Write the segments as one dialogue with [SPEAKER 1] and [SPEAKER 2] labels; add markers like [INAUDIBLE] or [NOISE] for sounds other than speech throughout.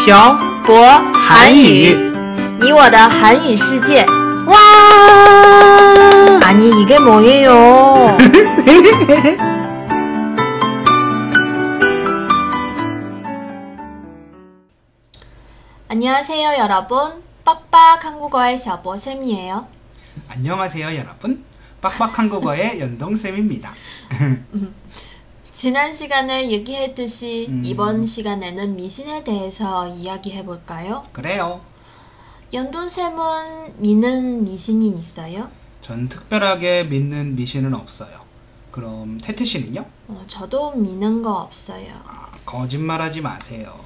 [SPEAKER 1] 漂
[SPEAKER 2] 博韩
[SPEAKER 1] 韩
[SPEAKER 2] 语，
[SPEAKER 1] 语
[SPEAKER 2] 뭐? 你我的韩语世界。
[SPEAKER 1] 와.
[SPEAKER 2] 아니 이게 뭐예요? [LAUGHS] 안녕하세요 여러분. 빡빡 한국어의 샤보쌤이에요.
[SPEAKER 1] 안녕하세요, 여러분.
[SPEAKER 2] [LAUGHS]
[SPEAKER 1] 빡빡한국어의 연동쌤입니다. [LAUGHS]
[SPEAKER 2] 지난 시간에 얘기했듯이
[SPEAKER 1] 음.
[SPEAKER 2] 이번 시간에는 미신에 대해서 이야기해 볼까요?
[SPEAKER 1] 그래요.
[SPEAKER 2] 연돈쌤은 믿는 미신이 있어요?
[SPEAKER 1] 전 특별하게 믿는 미신은 없어요. 그럼 태태 씨는요?
[SPEAKER 2] 어, 저도 믿는 거 없어요.
[SPEAKER 1] 아, 거짓말하지 마세요.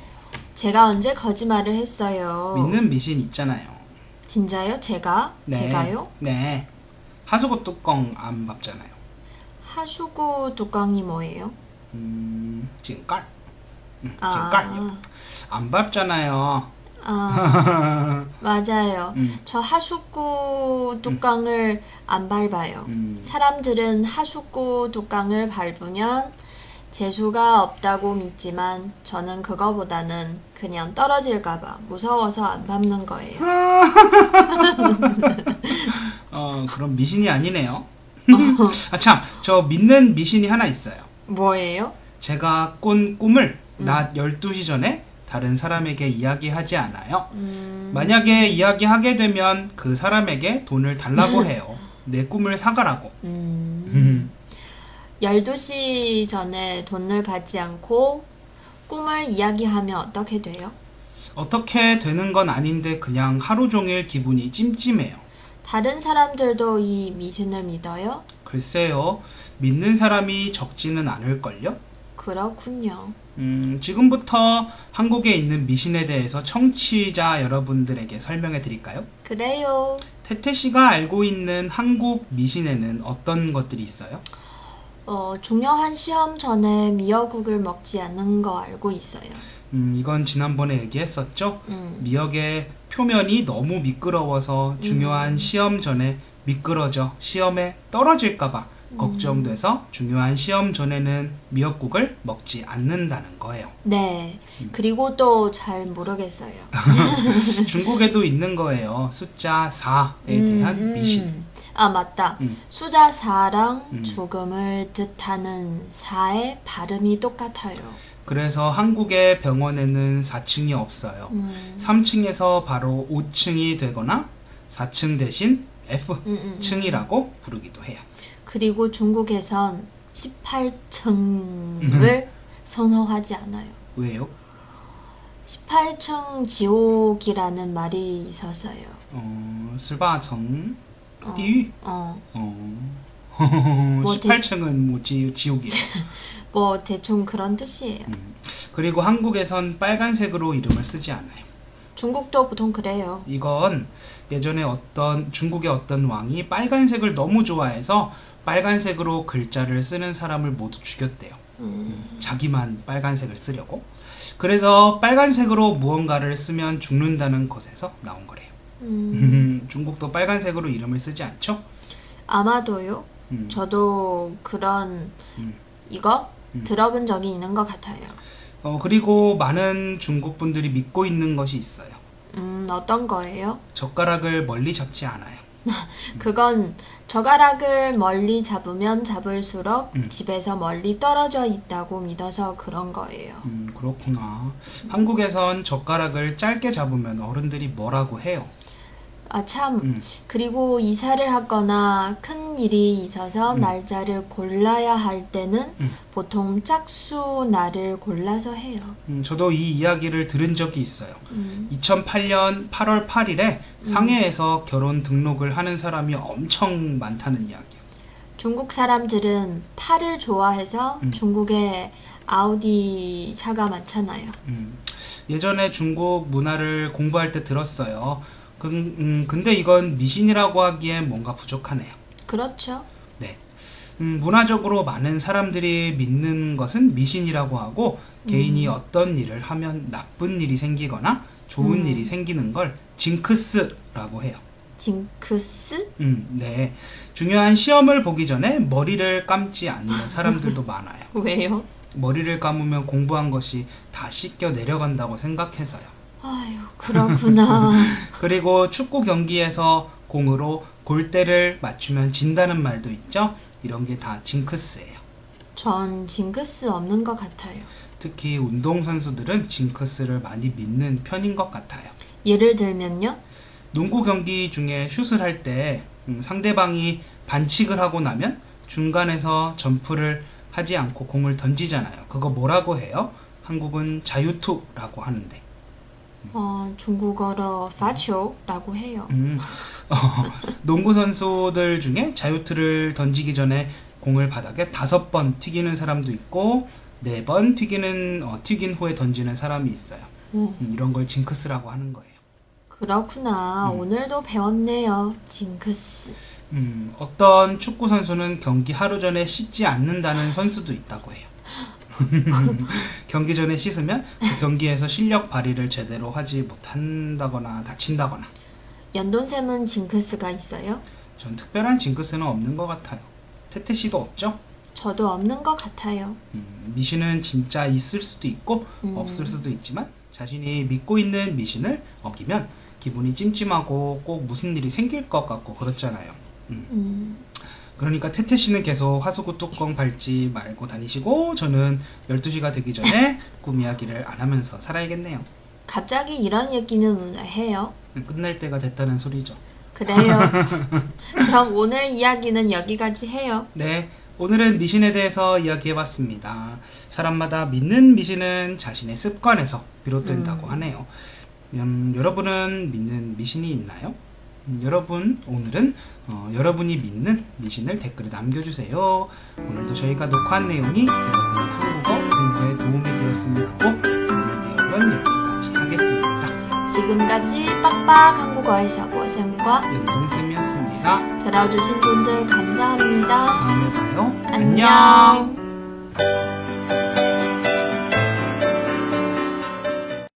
[SPEAKER 2] 제가 언제 거짓말을 했어요?
[SPEAKER 1] 믿는 네. 미신 있잖아요.
[SPEAKER 2] 진짜요? 제가? 제가요?
[SPEAKER 1] 네. 하수구 뚜껑 안 밟잖아요.
[SPEAKER 2] 하수구 뚜껑이 뭐예요?
[SPEAKER 1] 음, 찐깔. 음, 찐깔.
[SPEAKER 2] 아,
[SPEAKER 1] 안 밟잖아요. [LAUGHS]
[SPEAKER 2] 아 맞아요.
[SPEAKER 1] 음,
[SPEAKER 2] 저 하수구 뚜껑을 안 밟아요.
[SPEAKER 1] 음.
[SPEAKER 2] 사람들은 하수구 뚜껑을 밟으면 재수가 없다고 믿지만 저는 그거보다는 그냥 떨어질까봐 무서워서 안 밟는 거예요.
[SPEAKER 1] [LAUGHS] 어, 그럼 미신이 아니네요. 아, 참, 저 믿는 미신이 하나 있어요.
[SPEAKER 2] 어, 뭐예요?
[SPEAKER 1] 제가 꾼 꿈을
[SPEAKER 2] 음.
[SPEAKER 1] 낮 12시 전에 다른 사람에게 이야기하지 않아요.
[SPEAKER 2] 음,
[SPEAKER 1] 만약에 이야기하게 되면 그 사람에게 돈을
[SPEAKER 2] [LAUGHS]
[SPEAKER 1] 달라고 해요. 내 꿈을 사가라고.
[SPEAKER 2] 음,
[SPEAKER 1] 음,
[SPEAKER 2] 12시 전에 돈을 받지 않고 꿈을 이야기하면 어떻게 돼요?
[SPEAKER 1] 어떻게 되는 건 아닌데 그냥 하루 종일 기분이 찜찜해요.
[SPEAKER 2] 다른 사람들도 이 미신을 믿어요?
[SPEAKER 1] 글쎄요, 믿는 사람이 적지는 않을걸요?
[SPEAKER 2] 그렇군요.
[SPEAKER 1] 음, 지금부터 한국에 있는 미신에 대해서 청취자 여러분들에게 설명해 드릴까요?
[SPEAKER 2] 그래요.
[SPEAKER 1] 태태 씨가 알고 있는 한국 미신에는 어떤 것들이 있어요?
[SPEAKER 2] 어, 중요한 시험 전에 미역국을 먹지 않는 거 알고 있어요.
[SPEAKER 1] 음, 이건 지난번에 얘기했었죠?
[SPEAKER 2] 음,
[SPEAKER 1] 미역의 표면이 너무 미끄러워서 중요한
[SPEAKER 2] 음.
[SPEAKER 1] 시험 전에 미끄러져 시험에 떨어질까봐
[SPEAKER 2] 음.
[SPEAKER 1] 걱정돼서 중요한 시험 전에는 미역국을 먹지 않는다는
[SPEAKER 2] [LAUGHS]
[SPEAKER 1] 거예요.
[SPEAKER 2] 네. 그리고 또 잘 모르겠어요.
[SPEAKER 1] 아, 중국에도 있는 거예요. 숫자 4에 대한
[SPEAKER 2] 음, 음.
[SPEAKER 1] 미신.
[SPEAKER 2] 아, 맞다.
[SPEAKER 1] 음.
[SPEAKER 2] 수자 사랑
[SPEAKER 1] 음.
[SPEAKER 2] 죽음을 뜻하는 사의 발음이 똑같아요.
[SPEAKER 1] 그래서 한국의 병원에는 4층이 없어요.
[SPEAKER 2] 음.
[SPEAKER 1] 3층에서 바로 5층이 되거나 4층 대신
[SPEAKER 2] 음, 음, 음.
[SPEAKER 1] F층이라고 부르기도 해요.
[SPEAKER 2] 그리고 중국에선 18층을 선호하지 않아요.
[SPEAKER 1] 왜요?
[SPEAKER 2] 18층 지옥이라는 말이 있었어요.
[SPEAKER 1] 어, 슬바정
[SPEAKER 2] 어,
[SPEAKER 1] 띠.
[SPEAKER 2] 어,
[SPEAKER 1] 어. [LAUGHS]
[SPEAKER 2] 뭐
[SPEAKER 1] 18층은 뭐 지,
[SPEAKER 2] [LAUGHS]
[SPEAKER 1] 지옥이에요.
[SPEAKER 2] 뭐 대충 그런 뜻이에요.
[SPEAKER 1] 음. 그리고 한국에선 빨간색으로 이름을 쓰지 않아요.
[SPEAKER 2] 중국도 보통 그래요.
[SPEAKER 1] 이건 예전에 어떤 중국의 어떤 왕이 빨간색을 너무 좋아해서 빨간색으로 글자를 쓰는 사람을 모두 죽였대요.
[SPEAKER 2] 음,
[SPEAKER 1] 자기만 빨간색을 쓰려고. 그래서 빨간색으로 무언가를 쓰면 죽는다는 것에서 나온 거래요. [LAUGHS]
[SPEAKER 2] 음,
[SPEAKER 1] 중국도 빨간색으로 이름을 쓰지 않죠?
[SPEAKER 2] 아마도요.
[SPEAKER 1] 음,
[SPEAKER 2] 저도 그런
[SPEAKER 1] 음.
[SPEAKER 2] 이거
[SPEAKER 1] 음.
[SPEAKER 2] 들어본 적이 있는 것 같아요.
[SPEAKER 1] 어, 그리고 많은 중국 분들이 믿고 있는 것이 있어요.
[SPEAKER 2] 음, 어떤 거예요?
[SPEAKER 1] 젓가락을 멀리 잡지 않아요.
[SPEAKER 2] 그건 젓가락을 멀리 잡으면 잡을수록
[SPEAKER 1] 음.
[SPEAKER 2] 집에서 멀리 떨어져 있다고 믿어서 그런 거예요.
[SPEAKER 1] 음, 그렇구나. 한국에선 젓가락을 짧게 잡으면 어른들이 뭐라고 해요?
[SPEAKER 2] 아, 참.
[SPEAKER 1] 음,
[SPEAKER 2] 그리고 이사를 하거나 큰 일이 있어서
[SPEAKER 1] 음.
[SPEAKER 2] 날짜를 골라야 할 때는
[SPEAKER 1] 음.
[SPEAKER 2] 보통 짝수 날을 골라서 해요.
[SPEAKER 1] 음, 저도 이 이야기를 들은 적이 있어요.
[SPEAKER 2] 음.
[SPEAKER 1] 2008년 8월 8일에
[SPEAKER 2] 음.
[SPEAKER 1] 상해에서 결혼 등록을 하는 사람이 엄청 많다는 이야기예요.
[SPEAKER 2] 중국 사람들은 파를 좋아해서
[SPEAKER 1] 음.
[SPEAKER 2] 중국에 아우디 차가 많잖아요.
[SPEAKER 1] 음, 예전에 중국 문화를 공부할 때 들었어요. 그, 음, 근데 이건 미신이라고 하기엔 뭔가 부족하네요.
[SPEAKER 2] 그렇죠.
[SPEAKER 1] 네. 음, 문화적으로 많은 사람들이 믿는 것은 미신이라고 하고 개인이
[SPEAKER 2] 음.
[SPEAKER 1] 어떤 일을 하면 나쁜 일이 생기거나 좋은
[SPEAKER 2] 음.
[SPEAKER 1] 일이 생기는 걸 징크스라고 해요.
[SPEAKER 2] 징크스?
[SPEAKER 1] 음, 네. 중요한 시험을 보기 전에 머리를 감지 않는 사람들도 많아요.
[SPEAKER 2] 왜요?
[SPEAKER 1] 머리를 감으면 공부한 것이 다 씻겨 내려간다고 생각해서요.
[SPEAKER 2] 아유, 그렇구나.
[SPEAKER 1] [LAUGHS] 그리고 축구 경기에서 공으로 골대를 맞추면 진다는 말도 있죠. 이런 게 다 징크스예요.
[SPEAKER 2] 전 징크스 없는 것 같아요.
[SPEAKER 1] 특히 운동선수들은 징크스를 많이 믿는 편인 것 같아요.
[SPEAKER 2] 예를 들면요.
[SPEAKER 1] 농구 경기 중에 슛을 할 때 음, 상대방이 반칙을 하고 나면 중간에서 점프를 하지 않고 공을 던지잖아요. 그거 뭐라고 해요? 한국은 자유투라고 하는데.
[SPEAKER 2] 어, 중국어로 파쇼라고 해요.
[SPEAKER 1] 음, [LAUGHS] 어, 농구 선수들 중에 자유투를 던지기 전에 공을 바닥에 다섯 번 튀기는 사람도 있고 네 번 튀기는 어, 튀긴 후에 던지는 사람이 있어요.
[SPEAKER 2] 오,
[SPEAKER 1] 음, 이런 걸 징크스라고 하는 거예요.
[SPEAKER 2] 그렇구나.
[SPEAKER 1] 음.
[SPEAKER 2] 오늘도 배웠네요. 징크스.
[SPEAKER 1] 음, 어떤 축구 선수는 경기 하루 전에 씻지 않는다는 선수도 있다고 해요. [LAUGHS] 경기 전에 씻으면 그 경기에서 실력 발휘를 제대로 하지 못한다거나 다친다거나
[SPEAKER 2] 연돈샘은 징크스가 있어요?
[SPEAKER 1] 전 특별한 징크스는 없는 것 같아요. 태태 씨도 없죠?
[SPEAKER 2] 저도 없는 것 같아요.
[SPEAKER 1] 음, 미신은 진짜 있을 수도 있고
[SPEAKER 2] 음.
[SPEAKER 1] 없을 수도 있지만 자신이 믿고 있는 미신을 어기면 기분이 찜찜하고 꼭 무슨 일이 생길 것 같고 그렇잖아요.
[SPEAKER 2] 음,
[SPEAKER 1] 그러니까 태태 씨는 계속 화수구 뚜껑 밟지 말고 다니시고 저는 12시가 되기 전에 꿈 이야기를 안 하면서 살아야겠네요.
[SPEAKER 2] 갑자기 이런 얘기는 왜 해요?
[SPEAKER 1] 끝날 때가 됐다는 소리죠.
[SPEAKER 2] [LAUGHS] 그래요. 그럼 오늘 이야기는 여기까지 해요.
[SPEAKER 1] 네. 오늘은 미신에 대해서 이야기해봤습니다. 사람마다 믿는 미신은 자신의 습관에서 비롯된다고
[SPEAKER 2] 음.
[SPEAKER 1] 하네요. 음, 여러분은 믿는 미신이 있나요? 음, 여러분, 오늘은 어, 여러분이 믿는 미신을 댓글에 남겨주세요. 오늘도 저희가 녹화한 내용이 여러분의 한국어 공부에 도움이 되었으면 하고 오늘 내용은 여기까지 하겠습니다.
[SPEAKER 2] 지금까지 빡빡 한국어의 샤보쌤과
[SPEAKER 1] 연동쌤이었습니다.
[SPEAKER 2] 들어주신 분들 감사합니다.
[SPEAKER 1] 다음에 봐요.
[SPEAKER 2] 안녕.